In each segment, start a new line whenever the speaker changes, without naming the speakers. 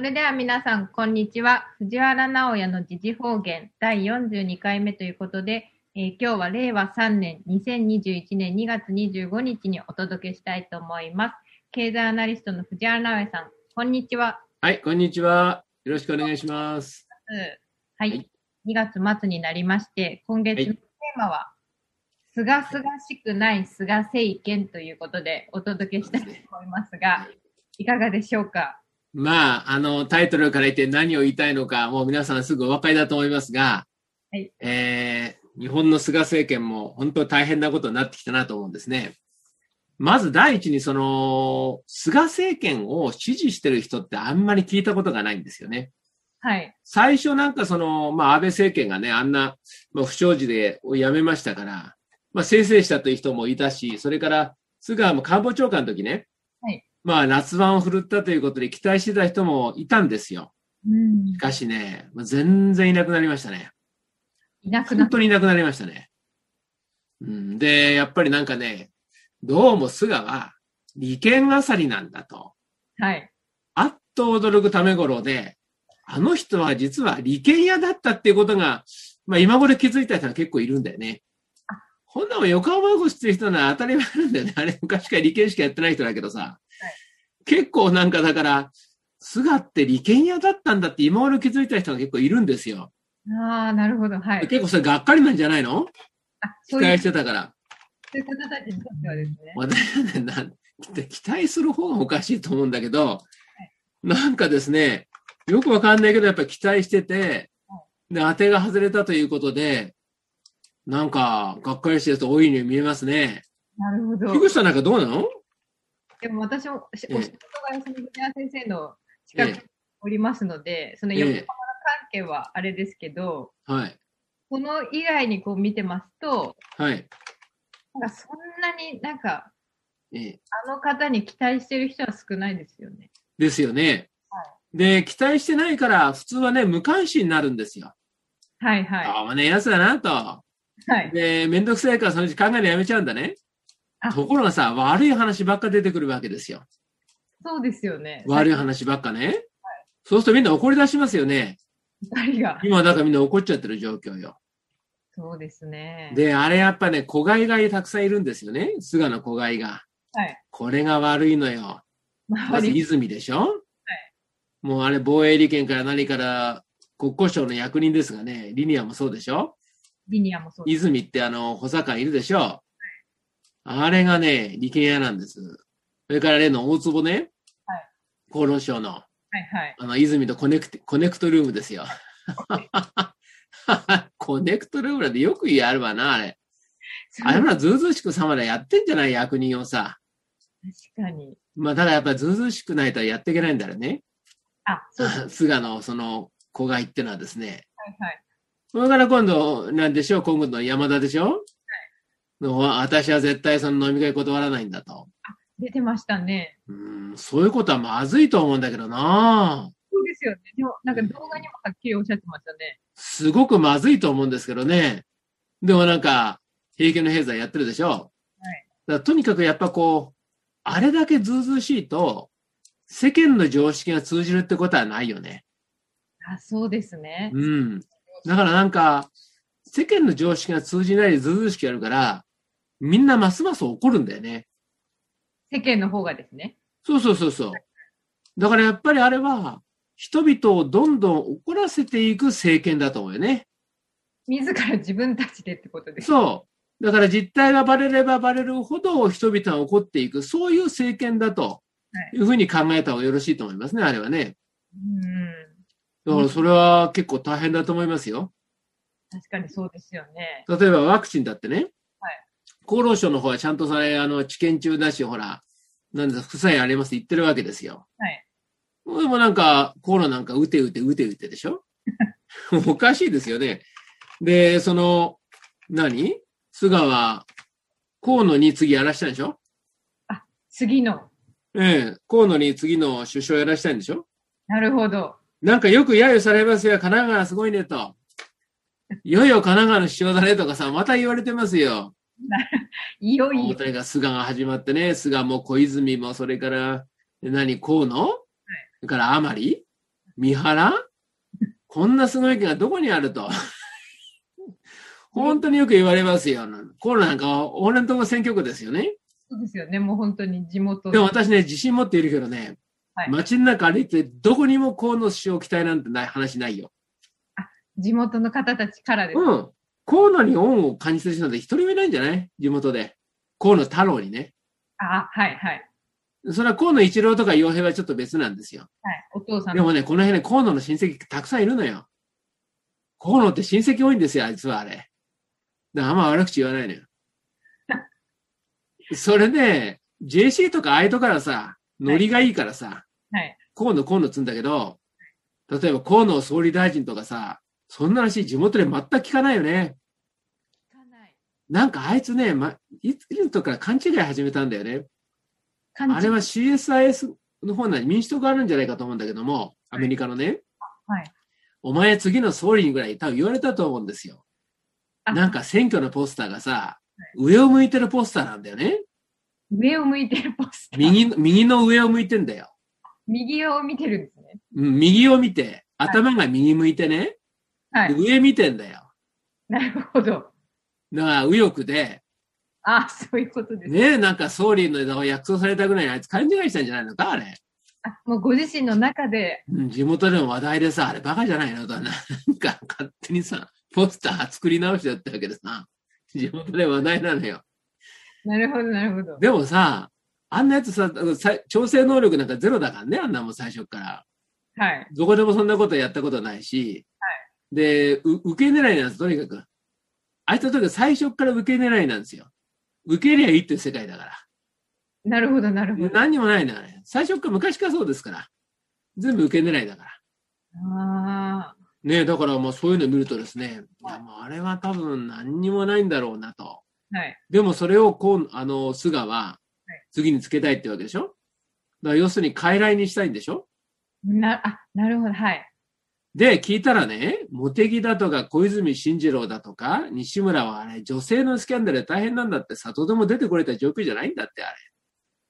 れでは皆さん、こんにちは。藤原直也の時事方言第42回目ということで、えー今日は令和3年2021年2月25日にお届けしたいと思います。経済アナリストの藤原直也さん、こんにちは。
はい、こんにちは。よろしくお願いします。
はい。
はい
2月末になりまして、今月の
はい
テーマは、すがすがしくない菅政権ということでお届けしたいと思いますが、いかがでしょうか。
まあ、あの、タイトルから言って何を言いたいのか、もう皆さんすぐお分かりだと思いますが、
はい
えー日本の菅政権も本当大変なことになってきたなと思うんですね。まず第一に、その、菅政権を支持してる人ってあんまり聞いたことがないんですよね。
はい。
最初なんかその、まあ、安倍政権がね、あんな、まあ、不祥事で辞めましたから、まあ、せいせいしたという人もいたし、それから、菅も官房長官の時ね、
はい
まあ、夏番を振るったということで期待してた人もいたんですよ。
うん
しかしね、まあ全然いなくなりましたね。
いなくな
本
っ
当にいなくなりましたね。うん、で、やっぱりなんかね、どうも菅は利権あさりなんだと。
はい。
あっと驚くため頃で、あの人は実は利権屋だったっていうことが、まあ今頃気づいた人が結構いるんだよね。こんなもん横浜越してる人なら当たり前なんだよね。あれ昔から利権しかやってない人だけどさ。結構なんかだから、菅って利権屋だったんだって今頃気づいた人が結構いるんですよ。
ああ、なるほど。はい。
結構それがっかりなんじゃないの
あ
期
そういう
待してたから。
そういう方たちにとってはですね。
私はねなん期待する方がおかしいと思うんだけど、なんかですね、よくわかんないけど、やっぱり期待してて、で、当てが外れたということで、なんか、がっかりしてる人多いように見えますね。
なるほど。
菊池さんなんかどうなの
でも私もし
ええ
お仕事が吉野家先生の近くに
え
おりますので、その横浜関係はあれですけど、
はい。
この以外にこう見てますと、
はい。
なんかそんなになんか
ええ
あの方に期待してる人は少ないですよね。
ですよね。で、期待してないから、普通はね、無関心になるんですよ。
はいは
ああ、まねえやつだなと。
い。はい。
で、めんどくさいからそのうち考えるのやめちゃうんだね
あ。
ところがさ、悪い話ばっか出てくるわけですよ。
そうですよね。
悪い話ばっかね。そうするとみんな怒り出しますよね。
二人が。
今だからみんな怒っちゃってる状況よ。
そうですね。
で、あれやっぱね、子飼いがたくさんいるんですよね。菅の子飼いが。
はい。
これが悪いのよ。ま
周
ず
り。
泉でしょ、もうあれ防衛利権から何から国交省の役人ですがね、リニアもそうでしょ
リニアもそうです。
泉ってあの、補佐官いるでしょあれがね、利権屋なんです。それから例の大坪ね。
はい
厚労省の。
はいはい。
あの、泉とコネクト、コネクトルームですよ。 コネクトルームなんてよくやるわな、あれ。あ れ
確
ほら、ずうずうしくさまでやってんじゃない役人をさ。
かに。
まあ、ただやっぱりずうずうしくないとやっていけないんだろうね。
あ、そうです。
菅のその、子が言ってのはですね。
はいはい。
それから今度、なんでしょう、今度の山田でしょの私は絶対その飲み会断らないんだと。
出てましたね。
うん、そういうことはまずいと思うんだけどな
そうですよね。でも、なんか動画にもはっきりおっしゃってましたね。
すごくまずいと思うんですけどね。でもなんか、平家の平罪やってるでしょ。はいだからとにかくやっぱこう、あれだけずうずうしいと、世間の常識が通じるってことはないよね。
あ、そうですね。
うん。だからなんか、世間の常識が通じないでずうずうしくやるから、みんなますます怒るんだよね。
世間の方がですね。
そうそうそうそう。だからやっぱりあれは、人々をどんどん怒らせていく政権だと思うよね。
自ら自分たちでってことです。
そう。だから実態がバレればバレるほど人々が怒っていく、そういう政権だと
はい
いうふうに考えた方がよろしいと思いますね、あれはね。
うん。
だからそれは結構大変だと思いますよ。
確かにそうですよね。
例えばワクチンだってね、
はい
厚労省の方はちゃんとそれ、あの、治験中だし、ほら、なんだ、副作用ありますって言ってるわけですよ。
はい
でもなんか、コロナなんか打て打て打て打てで しょおかしいですよね。で、その、何菅は、河野に次やらしたんでしょ
次の。
ええ、河野に次の首相やらしたいんでしょ
なるほど。
なんかよく揶揄されますよ、神奈川すごいねと。 いよいよ神奈川の首相だねとかさ、また言われてますよ。
いよい
大
よ。
谷が菅が始まってね、菅も小泉も、それから、何、河野、それから甘利、三原こんなすごい木がどこにあると。本当によく言われますよ。コロナなんか、俺のとこ選挙区ですよね。
そうですよね。もう本当に地元
でも私ね、自信持っているけどね、
はい
街の中歩いて、どこにも河野首相期待なんてない話ないよ。
地元の方たちからです。
うん。河野に恩を感じてる人なんて一人もいないんじゃない地元で。河野太郎にね。
あ、はいはい。
それは河野一郎とか洋平はちょっと別なんですよ。
はい。お父さん
で
の。
もね、この辺ね、河野の親戚たくさんいるのよ。河野って親戚多いんですよ、あいつはあれ。だからあんま悪口言わないのよ。それで、JC とかああいうとこからさ、ノリがいいからさ、
はい。
河野河野っつうんだけど、例えば河野総理大臣とかさ、そんな話地元で全く聞かないよね。
かなり
なんかあいつね、ま、いついるとから勘違い始めたんだよね。
感じ
あれは CSIS の方な民主党があるんじゃないかと思うんだけども、アメリカのね。
はい
お前次の総理にぐらい多分言われたと思うんですよ。
あ
なんか選挙のポスターがさ、上を向いてるポスターなんだよね。
上を向いてるポスター。
右の、右の上を向いてんだよ。
右を見てるんですね。
うん右を見て、頭が右向いてね。
は
で
い。
上見てんだよ。
なるほど。
だから右翼で、
あ、そういうことです。
ねえ、なんか総理の枝を薬草されたぐらいにあいつ勘違いしたんじゃないのかあれ。
あもうご自身の中で、
うん地元でも話題でさ、あれバカじゃないのとはな、なんか勝手にさ、ポスター作り直してやったわけでさ、地元で話題なのよ。
なるほど、なるほど。
でもさ、あんなやつさ、さ調整能力なんかゼロだからね、あんなもん最初っから。
はい。
どこでもそんなことやったことないし、で、う受け狙いなんです、とにかく。あいつの時は最初っから受け狙いなんですよ。受けりゃいいっていう世界だから。
なるほど、なるほど。
何にもないのよね。最初っから昔からそうですから。全部受け狙いだから。
ああ。
ねえ、だからまあそういうの見るとですね、い
はい
やもうあれは多分何にもないんだろうなと。
はい。
でもそれをこう、あの、菅は次につけたいってわけでしょだから要するに傀儡にしたいんでしょ
な、あ、なるほど、はい。
で、聞いたらね、茂木だとか小泉進次郎だとか、西村はあれ、女性のスキャンダルで大変なんだって、さ、とても出てこれた状況じゃないんだって、あれ。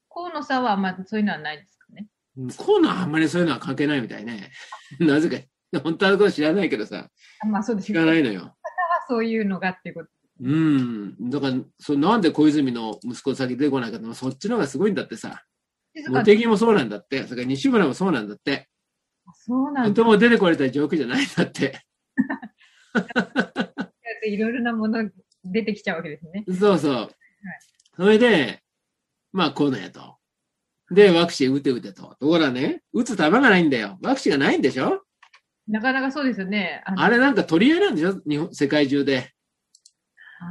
河野さんは、まあ、そういうのはないですかね。
うん河野はあんまりそういうのは関係ないみたいね。 なぜか、本当のこと知らないけどさ、
あまあ、そうです
聞
よ
か
ね。
ないのよ。
そういうのがっていうこと。
うん。だから、そなんで小泉の息子先出てこないかって、そっちの方がすごいんだってさ。
静
茂
かに
木もそうなんだって。それから西村もそうなんだって。
そうなん
と
で
ても出てこれた状況じゃないんだって。
す。いろいろなもの出てきちゃうわけですね。
そうそう。それで、まあ、こうなんやと。で、ワクチン打て打てと。ところがね、打つ球がないんだよ。ワクチンがないんでしょ
なかなかそうですよね。あの
あれなんか取り合いなんでしょ日本、世界中で。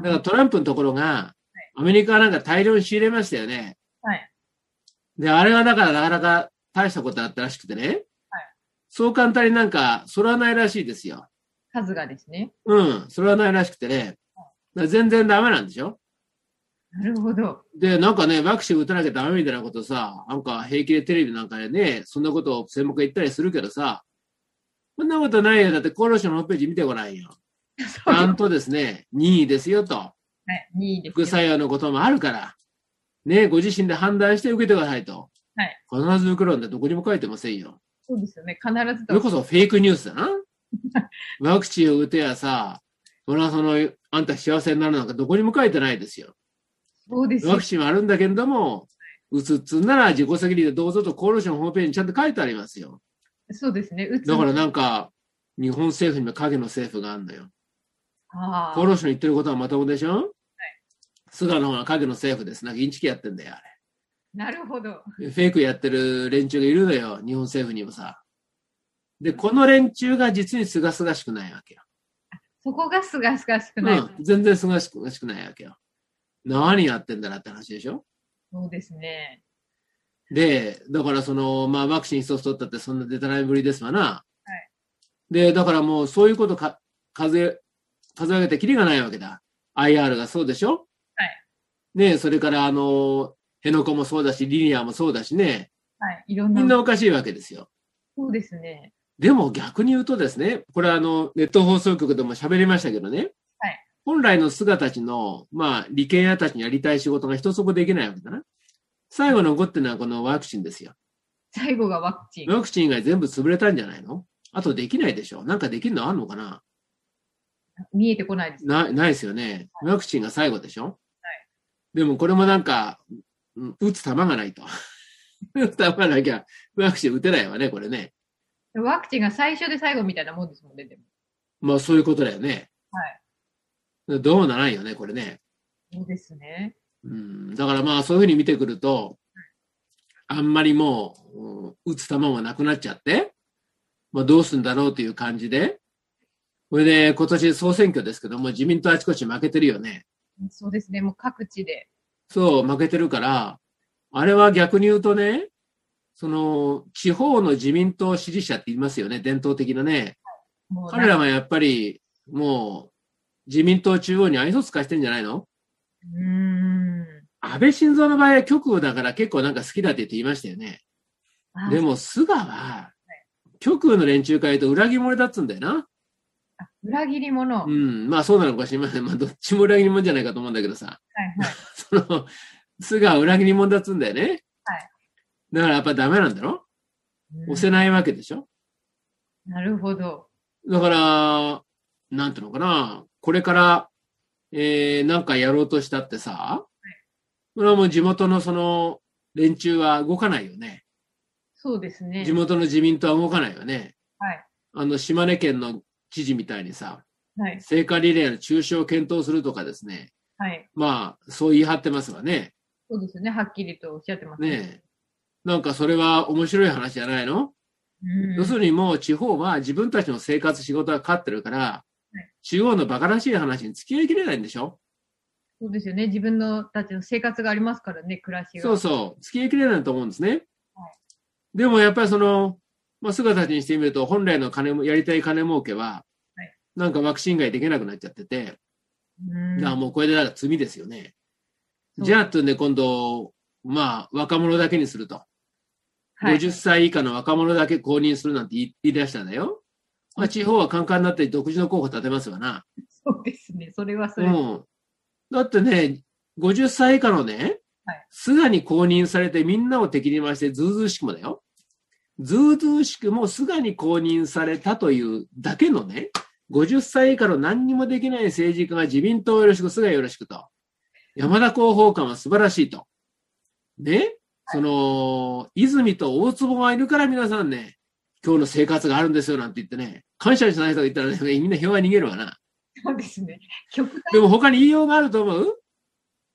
だからトランプのところが、アメリカはなんか大量に仕入れましたよね。
はい。
で、あれはだからなかなか大したことあったらしくてね。
はい。
そう簡単になんか、それはないらしいですよ。
数がですね。
うん、それはないらしくてね。だから全然ダメなんでしょ
なるほど。
で、なんかね、ワクチン打たなきゃダメみたいなことさ、なんか平気でテレビなんかでね、そんなことを専門家言ったりするけどさ、そんなことないよ。だって厚労省のホームページ見てごらん よ。ちゃんとですね、任意ですよと。
はい、2位です
副
よ。
作用のこともあるから、ね、ご自身で判断して受けてくださいと。
はい
必ず受けるんでどこにも書いてませんよ。
そうですよね。必ず
それ
と。
こそフェイクニュース だな。ワクチンを打てやさ、それはその、あんた幸せになるなんかどこにも書いてないですよ。
そうです
ワ
よ
ク。チンはあるんだけれども、打つっつんなら自己責任でどうぞと厚労省のホームページにちゃんと書いてありますよ。
そうですね。打つ。
だからなんか、日本政府にも影の政府があるのよ。
あ
厚
あ。
労省の言ってることはまともでしょ、菅の方が影の政府です。なんかインチキやってんだよ、あれ。
なるほど。
フェイクやってる連中がいるのよ、日本政府にもさ。で、この連中が実にすがすがしくないわけよ。
そこがすがすがしくない。
うん、全然すがしくしくないわけよ。何やってんだなって話でしょ
そうですね。
で、だからその、まあワクチン一つ取ったってそんなデタラメぶりですわな。
は
で、だからもうそういうことか数え、数え上げてきりがないわけだ。IR がそうでしょ
はい。
ねそれからあの、辺野古もそうだし、リニアもそうだしね、
はい。いろん
み
な。
んなおかしいわけですよ。
そうですね。
でも逆に言うとですね、これはあの、ネット放送局でも喋りましたけどね、
はい
本来の菅たちの、まあ、利権屋たちにやりたい仕事が一つもできないわけだな。最後残ってるのはこのワクチンですよ。
最後がワクチン。
ワクチン以外全部潰れたんじゃないのあとできないでしょなんかできるのあんのかな
見えてこないです。
なないですよね。ワクチンが最後でしょ、でもこれもなんか、うん打つ玉がないと。 打つ玉がなきゃ、ワクチン打てないわね、これね。
ワクチンが最初で最後みたいなもんですもんね、でも。
まあそういうことだよね。はい。どうならないよね、これね。
そうですね。
うん。だからまあそういうふうに見てくると、あんまりもう、うん打つ球もなくなっちゃって、まあどうするんだろうという感じで、これで今年総選挙ですけども、自民党あちこち負けてるよね。
そうですね、もう各地で。
そう、負けてるから、あれは逆に言うとね、その、地方の自民党支持者って言いますよね、伝統的なね。
もう
彼らはやっぱり、もう、自民党中央に愛想つかしてんじゃないの
うーん。
安倍晋三の場合は極右だから結構なんか好きだって言って言いましたよね。
あ
でも、菅は、極右の連中会と裏切り者だっつうんだよな。
裏切り者。
う
はい
ん、まあそうなのか知りません。ま あどっちも裏切り者じゃないかと思うんだけどさ。
はい。
その、菅は裏切り者だっつうんだよね。
はい。
だからやっぱダメなんだろ
うん
押せないわけでしょ、
なるほど。
だから、なんていうのかな、これから、えー、なんかやろうとしたってさ、これはもう地元のその連中は動かないよね。
そうですね。
地元の自民党は動かないよね。
はい。
あの、島根県の知事みたいにさ、
はい。
聖火リレーの中止を検討するとかですね。
はい。
まあ、そう言い張ってますわね。
そうですよね。はっきりとおっしゃってます
ねえ。なんかそれは面白い話じゃないの
うん、
要するにもう地方は自分たちの生活、仕事がかかってるから、中央の馬鹿らしい話に付き合いきれないんでしょ
そうですよね。自分のたちの生活がありますからね、暮らしが。
そうそう、付き合いきれないと思うんですね
はい。
でもやっぱりその、まあ、姿たちにしてみると、本来の金も、やりたい金儲けは
はい、
なんかワクチン以外できなくなっちゃってて、
うん
だからもうこれでだから罪ですよね。
そう
じゃあってんで今度、まあ若者だけにすると。
はい
50歳以下の若者だけ公認するなんて言い言い出したんだよ。まあ、地方はカンカンになって独自の候補立てますわな。
そうですね。それはそうれ。
ん。だってね、50歳以下のね
はい、
菅に公認されてみんなを敵に回してずうずうしくもだよ。ずうずうしくも菅に公認されたというだけのね、50歳以下の何にもできない政治家が自民党よろしく、菅よろしくと。山田広報官は素晴らしいと。ね、その、泉と大坪がいるから皆さんね、今日の生活があるんですよなんて言ってね、感謝しない人が言ったらね、みんな票が逃げるわな。
そうですね。極端。
でも他に言いようがあると思う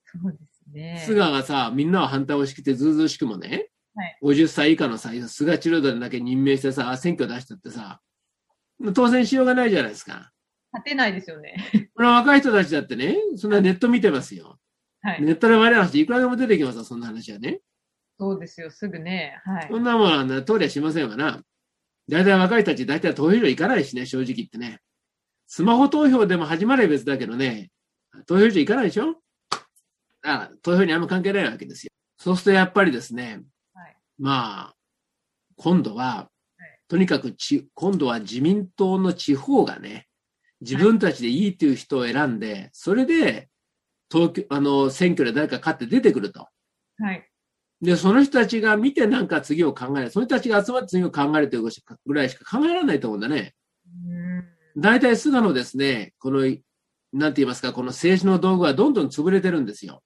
そうですね。
菅がさ、みんなは反対を押し切ってずうずうしくもね、
はい
50歳以下のさ、菅千代田だけ任命してさ、選挙出したってさ、当選しようがないじゃないですか。
立てないですよね。
これは若い人たちだってね、そんなネット見てますよ。
はい。
ネットで悪い話、いくらでも出てきますよ、そんな話はね。
そうですよ。すぐね。はい
そ。んなものはな通りはしませんわな。大体若い人たち、大体投票所行かないしね、正直言ってね。スマホ投票でも始まれば別だけどね、投票所行かないでしょだから投票にあんま関係ないわけですよ。そうするとやっぱりですね、
はい
まあ、今度は、とにかくち、今度は自民党の地方がね、自分たちでいいという人を選んで、それで、東京、あの、選挙で誰か勝って出てくると。
はい。
で、その人たちが見てなんか次を考える。その人たちが集まって次を考えるというぐらいしか考えられないと思うんだね。
うん。
大体菅野ですね、この、なんて言いますか、この政治の道具はどんどん潰れてるんですよ。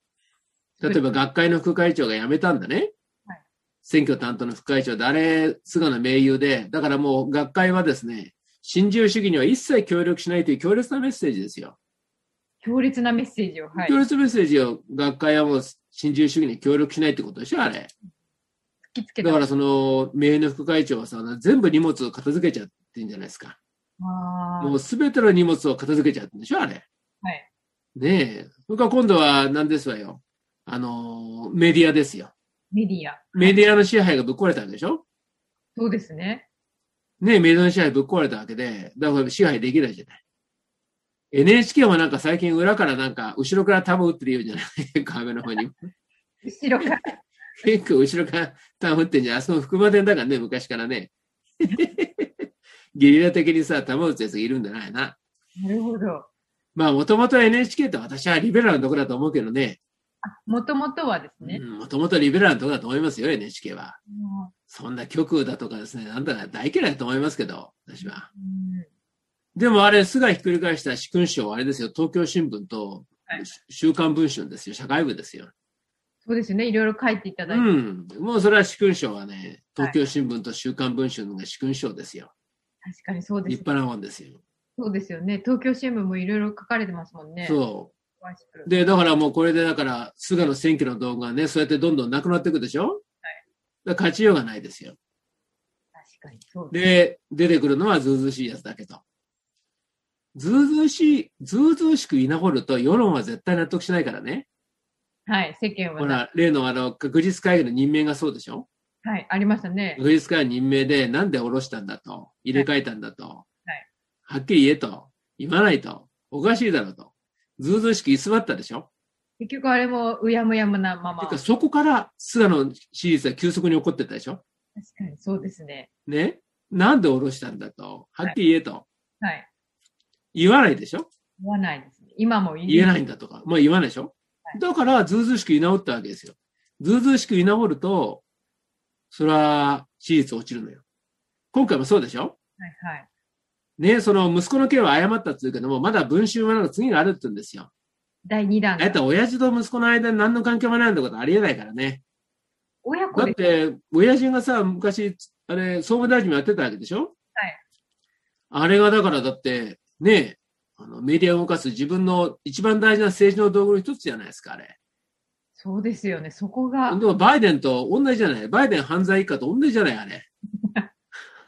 例えば学会の副会長が辞めたんだね
はい。
選挙担当の副会長で、あれ、菅野盟友で、だからもう学会はですね、新自由主義には一切協力しないという強烈なメッセージですよ。
強烈なメッセージを。はい。
強
突
烈メッセージを学会はもう新自由主義に協力しないってことでしょ、あれ。
きつけた。あ
だからその、名の副会長はさ、全部荷物を片付けちゃってんじゃないですか。
あ
もうすべての荷物を片付けちゃってんでしょ、あれ。
はい。
ねえ。それから今度は何ですわよ。あの、メディアですよ。
メディア。
メディアの支配がぶっ壊れたわけでしょ
そうですね。
ねえ、メディアの支配ぶっ壊れたわけで、だから支配できないじゃない。NHK もなんか最近裏からなんか、後ろから弾打ってるようじゃない壁の方に。
後ろ から。
結構後ろから弾打ってんじゃん。あそこ福間店だからね、昔からね。 ゲリラ的にさ、弾打つやつがいるんじゃないな。
なるほど。
まあ、もともと NHK って私はリベラルのとこだと思うけどね。
もともとはですね。
もともとリベラルのとこだと思いますよ、NHK は。
あー
そんな極右だとかですね、なんだか大嫌いだと思いますけど、私は。でもあれ、菅ひっくり返した四勲章はあれですよ、東京新聞と
はい
週刊文春ですよ、社会部ですよ。
そうですよね。いろいろ書いていただ
う
いて。
ん。もうそれは四勲章はね、東京新聞と週刊文春が四勲章ですよ。
確かにそうです
立。派なもんですよ。
そうですよね。東京新聞もいろいろ書かれてますもんね。
そ
詳しく
う。で、だからもうこれで、だから、菅の選挙の動画がね、そうやってどんどんなくなっていくでしょはい。だから勝ちようがないですよ。
確かにそうです。
で、出てくるのはずうずうしいやつだけと。ずうずうしい、ずうずうしくいなほると世論は絶対納得しないからね。
はい。世間
ほ
はね。
ら、例のあの、学術会議の任命がそうでしょ
はい。ありましたね。。
学術会議任命でなんで下ろしたんだと。入れ替えたんだと。はいはっきり言えと。言わないと。おかしいだろうと。ずうずうしく居座ったでしょ
結局あれもうやむやむなまま。
てか、
確
そこから菅野支持率は急速に起こってったでしょ
かにそうですね。
ね。なんで下ろしたんだと。はっきり言えと。
はい。
言わないでしょ
言わないですね。今も言
言えないん
だ。
だとか、まあ言わないでしょ、だから、ずうずうしく居直ったわけですよ。ずうずうしく居直ると、そら、支持率落ちるのよ。今回もそうでしょ
はいはい。
ね、その息子の件は謝ったって言うけども、まだ文春はなんか次があるって言うんですよ。
第2弾
あえて
が。
親父と息子の間に何の関係もないなんてことありえないからね。
親子
だっ
で。
て、親父がさ、昔、あれ、総務大臣もやってたわけでしょ
はい。
あれがだからだって、ね、あのメディアを動かす自分の一番大事な政治の道具の一つじゃないですか、あれ。
そうですよね。そこが。
でもバイデンと同じじゃないバイデン犯罪一家と同じじゃない あれ。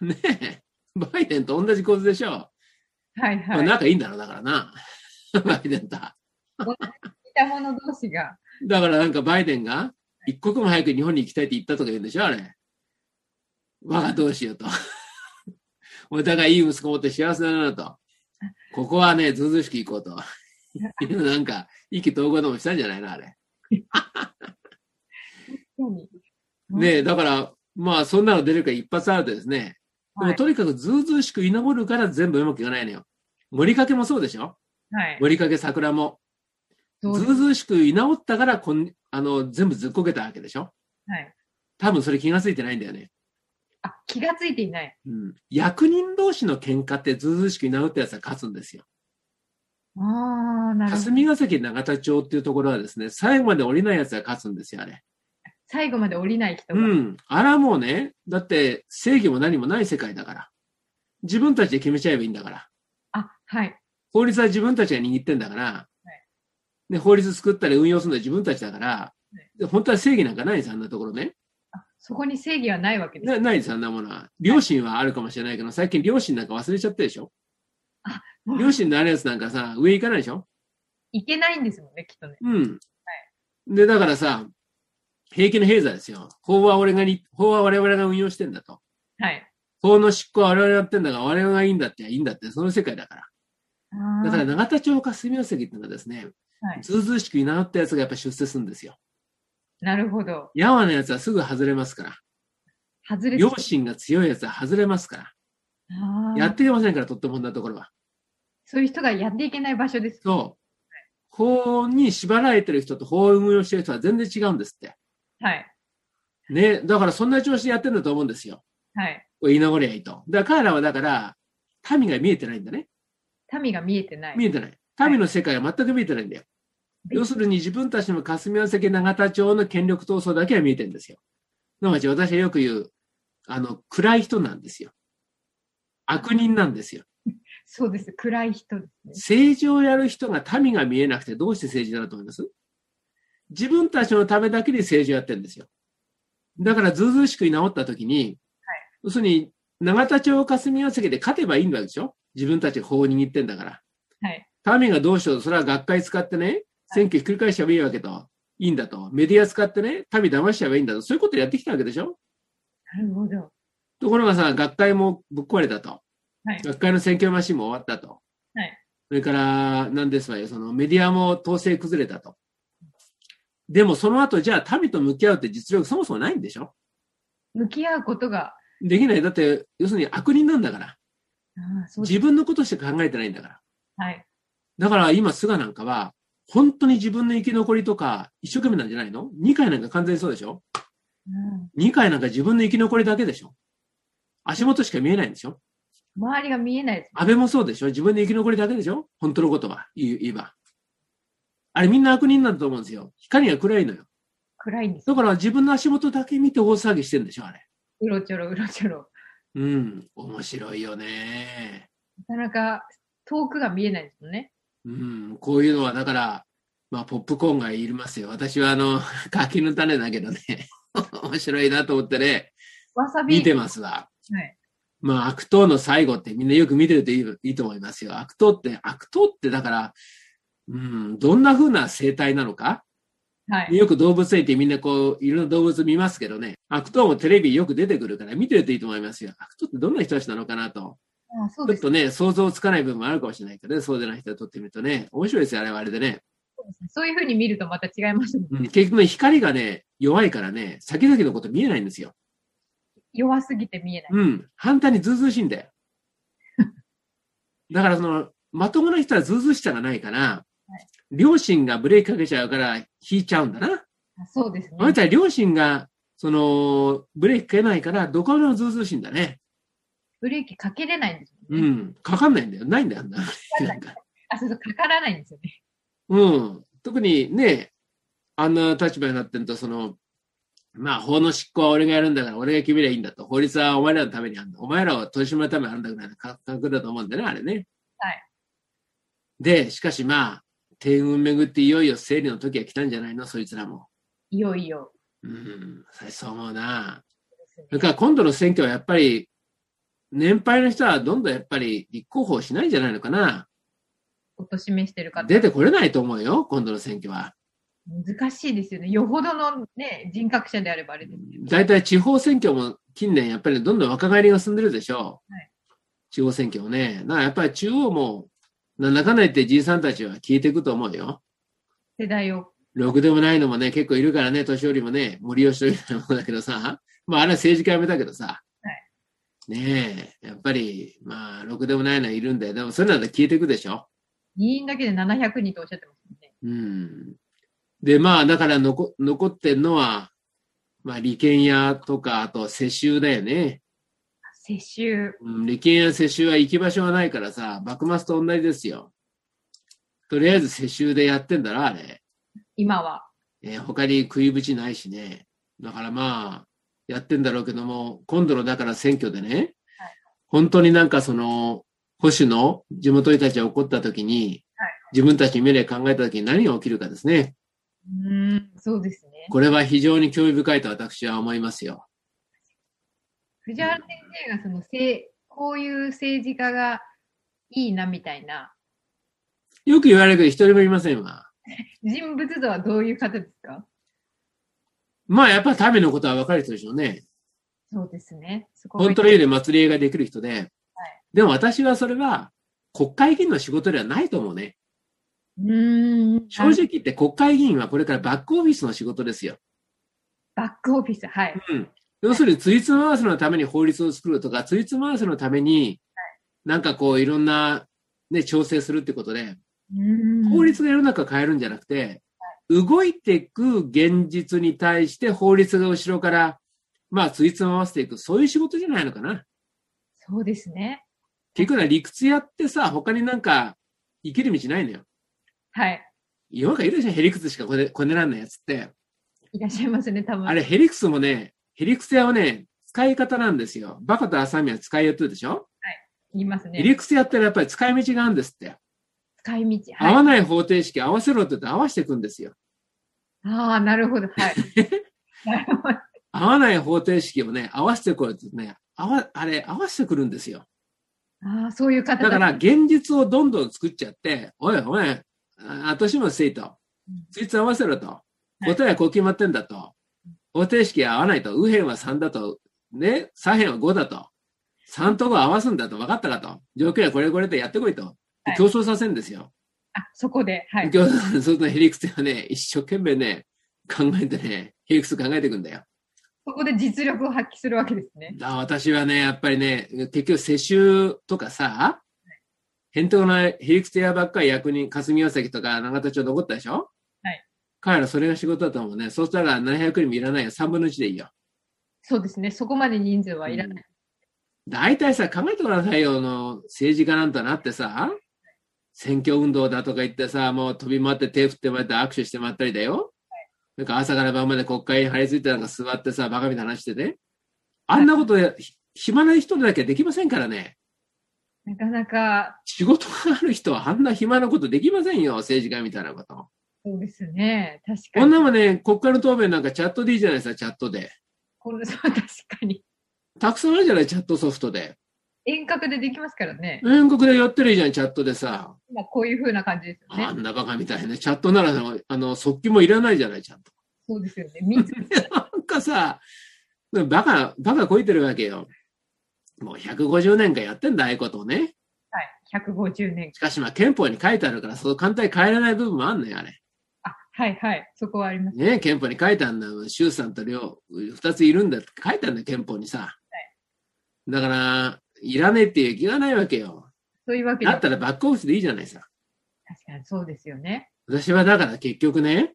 ねえ。バイデンと同じ構図でしょ、
はい
ま
は
あ
い。
仲いいんだろう、だからな。バイデンと。
似た者同士が。
だからなんかバイデンが一刻も早く日本に行きたいって言ったとか言うんでしょあれ。我がどうしようと。 お互いいい息子持って幸せだなと。ここはね、ずうずうしく行こうと。なんか、意気投合でもしたんじゃないのあれ。ねえ、だから、まあ、そんなの出るから一発アウトですね。で
は
も
い
とにかくずうずうしく居残るから全部うまくいかないのよ。森かけもそうでしょ
はい。
森かけ桜も。ず
そう
う
です
ずうしく居直ったからこん、あの、全部ずっこけたわけでしょ
はい。
多分それ気がついてないんだよね。
あ、気がついていない。
うん。役人同士の喧嘩ってずうずうしく居直ったやつは勝つんですよ。
ああ、なるほど。
霞ヶ関永田町っていうところはですね、最後まで降りないやつが勝つんですよ、あれ。
最後まで降りない人
う
が。
ん。あらもうね、だって正義も何もない世界だから。自分たちで決めちゃえばいいんだから。
あ、はい。
法律は自分たちが握ってんだから、で法律作ったり運用するのは自分たちだから、で本当は正義なんかないんです、あんなところね。
そこに正義はないわけです。
なないです、あんなものは。両親はあるかもしれないけど、最近両親なんか忘れちゃったでしょ
あもう
両親のあるやつなんかさ、上行かないでしょ
いけないんですもんね、きっとね。
うん。で、だからさ、平気の平座ですよ。法は俺がに、法は我々が運用してんだと。
はい。
法の執行は我々がやってんだから、我々がいいんだって、いいんだって、その世界だから。だから
あ
永田町霞が関っていうのはですね、
はい
ずうずうしく居直ったやつがやっぱ出世するんですよ。
ーなるほど。
やわなやつはすぐ外れますから。
外れ
両親が強いやつは外れますか
あ
ら。
ー
やっていけませんから、とってもんなところは。
そういう人がやっていけない場所です。
そう。法に縛られてる人と法を運用してる人は全然違うんですって。
はい。
ね。だからそんな調子でやってるんだと思うんですよ。
はい。
これ言い残りゃいいと。だから彼らはだから、民が見えてないんだね。
民が見えてない。
見えてない。民の世界は全く見えてないんだよ。要するに自分たちの霞ヶ関永田町の権力闘争だけは見えてるんですよ。なので私はよく言う、あの、暗い人なんですよ。悪人なんですよ。
そうです。暗い人ですね。
政治をやる人が民が見えなくてどうして政治だなと思います自分たちのためだけに政治をやってるんですよ。だからずうずうしく居直った時に、要するに永田町霞が関で勝てばいいんだでしょ自分たちが法を握ってんだから。
はい。
民がどうしようと、それは学会使ってね、選挙ひっくり返しちゃえばいいわけと、いいんだと、メディア使ってね、民騙しちゃえばいいんだと、そういうことやってきたわけでしょ
なるほど。
ところがさ、学会もぶっ壊れたと、
はい。
学会の選挙マシンも終わったと、
はい
それから、なんですわよ、そのメディアも統制崩れたと。でもその後、じゃあ民と向き合うって実力そもそもないんでしょ
向き合うことが、
できない。だって、要するに悪人なんだから。
あーそうです
自分のことしか考えてないんだから。
はい。
だから今、菅なんかは、本当に自分の生き残りとか、一生懸命なんじゃないの ?2 回なんか完全にそうでしょ
うん
2回なんか自分の生き残りだけでしょ足元しか見えないんでしょ
周りが見えないです。
安倍もそうでしょ自分の生き残りだけでしょ本当のことは言う言えば。あれみんな悪人なんだと思うんですよ。光が暗いのよ。
暗いんです
だ。から自分の足元だけ見て大騒ぎしてるんでしょあれ。
うろちょろ、うろちょろ。
うん。面白いよね。
なかなか遠くが見えないですもんね。
うん。こういうのはだから、まあポップコーンがいりますよ。私はあの、 柿の種だけどね。 面白いなと思ってね、
わさび。
見てますわ。
はい。
まあ、悪党の最後ってみんなよく見てるといいいいと思いますよ。悪党って、悪党ってだから、うん、どんな風な生態なのか
はい。
よく動物園ってみんなこう、いろんな動物見ますけどね、悪党もテレビよく出てくるから見てるといいと思いますよ。悪党ってどんな人たちなのかなと。
あそう
ちょ
で
っ
す。
とね、想像つかない部分もあるかもしれないけどね、そうでない人を撮ってみるとね、面白いですよ、あれはあれでね。
そうですねそういうふうに見るとまた違いますもん。
うん、結局ね、光がね、弱いからね、先々のこと見えないんですよ。
弱すぎて見えない。
うん、反対にずうずうしいんだ よ。だからその、まともな人はずうずうしさがないから、両親がブレーキかけちゃうから引いちゃうんだな。
あそうですね
あ。なたは両親が、その、ブレーキかけないから、どこまでもずうずうしいんだね。
ブレーキかけれないんですも
うん
ね。
ん。かかんないんだよ。ないんだよ、あんな。なんか
あ、そうそう、かからないんですよね。
うん。特にね、あんな立場になってると、その、まあ、法の執行は俺がやるんだから、俺が決めりゃいいんだと。法律はお前らのためにあるんだ。お前らを取り締まるためにあるんだぐらいの感覚だと思うんだよね、あれね。
はい。
で、しかしまあ、天運巡っていよいよ生理の時が来たんじゃないの、そいつらも。
いよいよ
うん、そう思うな。
ですね。
だから今度の選挙はやっぱり、年配の人はどんどんやっぱり立候補しないんじゃないのかな。
おとしめしてる方。
出てこれないと思うよ、今度の選挙は。
難しいですよね。よほどのね、人格者であればあれです。
大体地方選挙も近年やっぱりどんどん若返りが進んでるでしょう。
はい
地方選挙もね。だからやっぱり中央も、なんだかんだ言ってじいさんたちは消えていくと思うよ。
世代を。
ろくでもないのもね、結構いるからね、年寄りもね、森吉というようなもんだけどさ、まああれは政治家辞めたけどさ、
は
ねえ、やっぱり、まあ、ろくでもないのはいるんだよ。でも、それなんて消えていくでしょ。
議員だけで700人とおっしゃってますもんね。
うん。で、まあ、だから残、残ってんのは、まあ、利権屋とか、あと、世襲だよね。
世襲。
うん、利権や世襲は行き場所がないからさ、幕末と同じですよ。とりあえず世襲でやってんだな、あれ。
今は。
えー他に食いぶちないしね。だからまあ、やってんだろうけども、今度のだから選挙でね、
はい
本当になんかその、保守の地元人たちが怒った時に、
はい
自分たちに未来考えた時に何が起きるかですね。
うーん、そうですね。
これは非常に興味深いと私は思いますよ。
藤原先生がそのせ、こういう政治家がいいなみたいな
よく言われるけど一人もいませんわ。
人物像はどういう方ですか
まあやっぱり民のことは分かる人でしょうね。
そうですね。すごい
本当の意味で祭り絵ができる人で、でも私はそれは国会議員の仕事ではないと思うね。
うーん。
正直言って国会議員はこれからバックオフィスの仕事ですよ。
あの。バックオフィス、はい。
うん。要するに、ついつまわせのために法律を作るとか、ついつまわせのために、なんかこう、いろんな、ね、調整するってことで、
うーん
法律が世の中を変えるんじゃなくて、動いていく現実に対して法律が後ろから、まあ、ついつまわせていく、そういう仕事じゃないのかな。
そうですね。
結局は理屈やってさ、他になんか、生きる道ないのよ。
はい。
世の中いるでしょ、ヘリクツしかこねこねらんないやつって。
いらっしゃいますね、多分。
あれ、ヘリクスもね、ヘリクス屋はね、使い方なんですよ。バカとアサミは使いやってるでしょ、
言います
ヘ
ね。
リクス屋ってのはやっぱり使い道があるんですって。
使い道。
合
はい。
わない方程式合わせろって言って合わせていくんですよ。
ああ、なるほど。はい。 なるほど。
合わない方程式をね、合わせてこいって言ってね、合わ、あれ、合わせてくるんですよ。
ああ、そういう方
だから現実をどんどん作っちゃって、おいおい、あ後始末せいと
うん。
ついつ合わせろと。
い
答えはこう決まってんだと。方程式は合わないと。右辺は3だと。ね、左辺は5だと。3と5合わすんだと。分かったかと。条件はこれこれでやってこいと。で
はい
競争させるんですよ。
あ、そこで。はい。
競争するとヘリクスはね、一生懸命ね、考えてね、ヘリクス考えていくんだよ。
そこで実力を発揮するわけですね。
だから私はね、やっぱりね、結局世襲とかさ、へんてこなヘリクステアばっかり役人、霞が関とか長田町残ったでしょ
はい。
彼らそれが仕事だと思うね。そうしたら700人もいらないよ。3分の1でいいよ。
そうですね。そこまで人数はいらない。
大体さ、考えてくださいよ、あの、政治家なんとなってさ、選挙運動だとか言ってさ、もう飛び回って手振ってもらって握手してもらったりだよ。なんか朝から晩まで国会に張り付いてなんか座ってさ、バカみたいな話してね。あんなことで、ひ暇な人だけできませんからね。
なかなか、
仕事がある人はあんな暇なことできませんよ、政治家みたいなこと。
そうですね。確か
こん
に。
なもんね、国会の答弁なんかチャットでいいじゃないですか、チャットで。
こんな そう確かに。
たくさんあるじゃない、チャットソフトで。
遠隔でできますからね。
遠隔でやってるじゃん、チャットでさ。
今こういう風な感じですよ
あ
ね。
んなバカみたいな、チャットならあの速記もいらないじゃない、ちゃんと。
そうですよね。密
なんかさ、バカ、バカこいてるわけよ。もう150年間やってんだ、ああいうことをね。
150年
し。かし、まあ、憲法に書いてあるから、そう簡単に変えられない部分もあんのよ、あれ。
あ、はいはい。そこはあります。
ね憲法に書いてあるんだよ。衆参と両、二ついるんだって書いてあるんだよ、憲法にさ。だから、いらねえっていう気がないわけよ。
そういうわけで
だ
は。
っ
確
たらバックオフィスでいいじゃないさ。
かにそうですよね。
私はだから結局ね、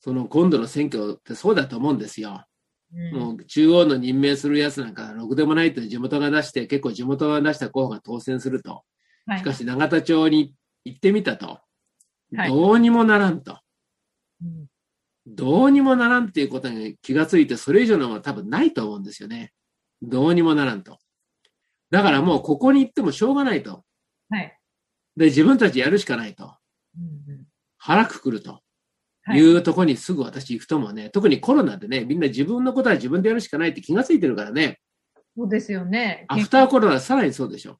その今度の選挙ってそうだと思うんですよ。
うん。
もう中央の任命するやつなんか、ろくでもないと地元が出して、結構地元が出した候補が当選すると。
は
し
い
か。し、永田町に行ってみたと。
はい
どうにもならんと。
うん
どうにもならんっていうことに気がついて、それ以上のものは多分ないと思うんですよね。どうにもならんと。だからもうここに行ってもしょうがないと。
はい。
で、自分たちやるしかないと。
うんうん
腹くくると。
はい
いうとこにすぐ私行くともね、特にコロナでね、みんな自分のことは自分でやるしかないって気がついてるからね、
そうですよね。
アフターコロナさらにそうでしょ。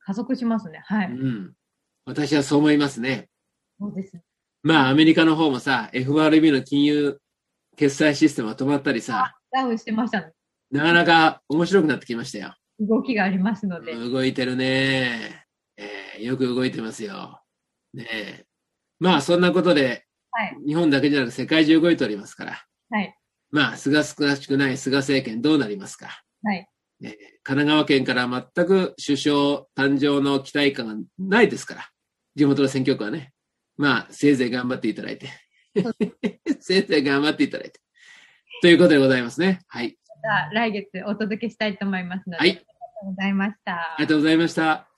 加速しますね。は
う
い。
ん。私はそう思いますね。
そうですね。
まあ、アメリカの方もさ、FRB の金融決済システムが止まったりさ、
ダウンしてましたね。
なかなか面白くなってきましたよ。
動きがありますので。
動いてるね。えーよく動いてますよ。ねえ。まあ、そんなことで、
はい
日本だけじゃなく世界中動いておりますから。
はい。
まあ、菅少しくない菅政権どうなりますか。
はい。
ね、神奈川県から全く首相誕生の期待感がないですから、地元の選挙区はね。まあ、せいぜい頑張っていただいて。 せいぜい頑張っていただいて。ということでございますね。はい。
また来月お届けしたいと思いますので。
はい
ありがとうございました
ありがとうございました。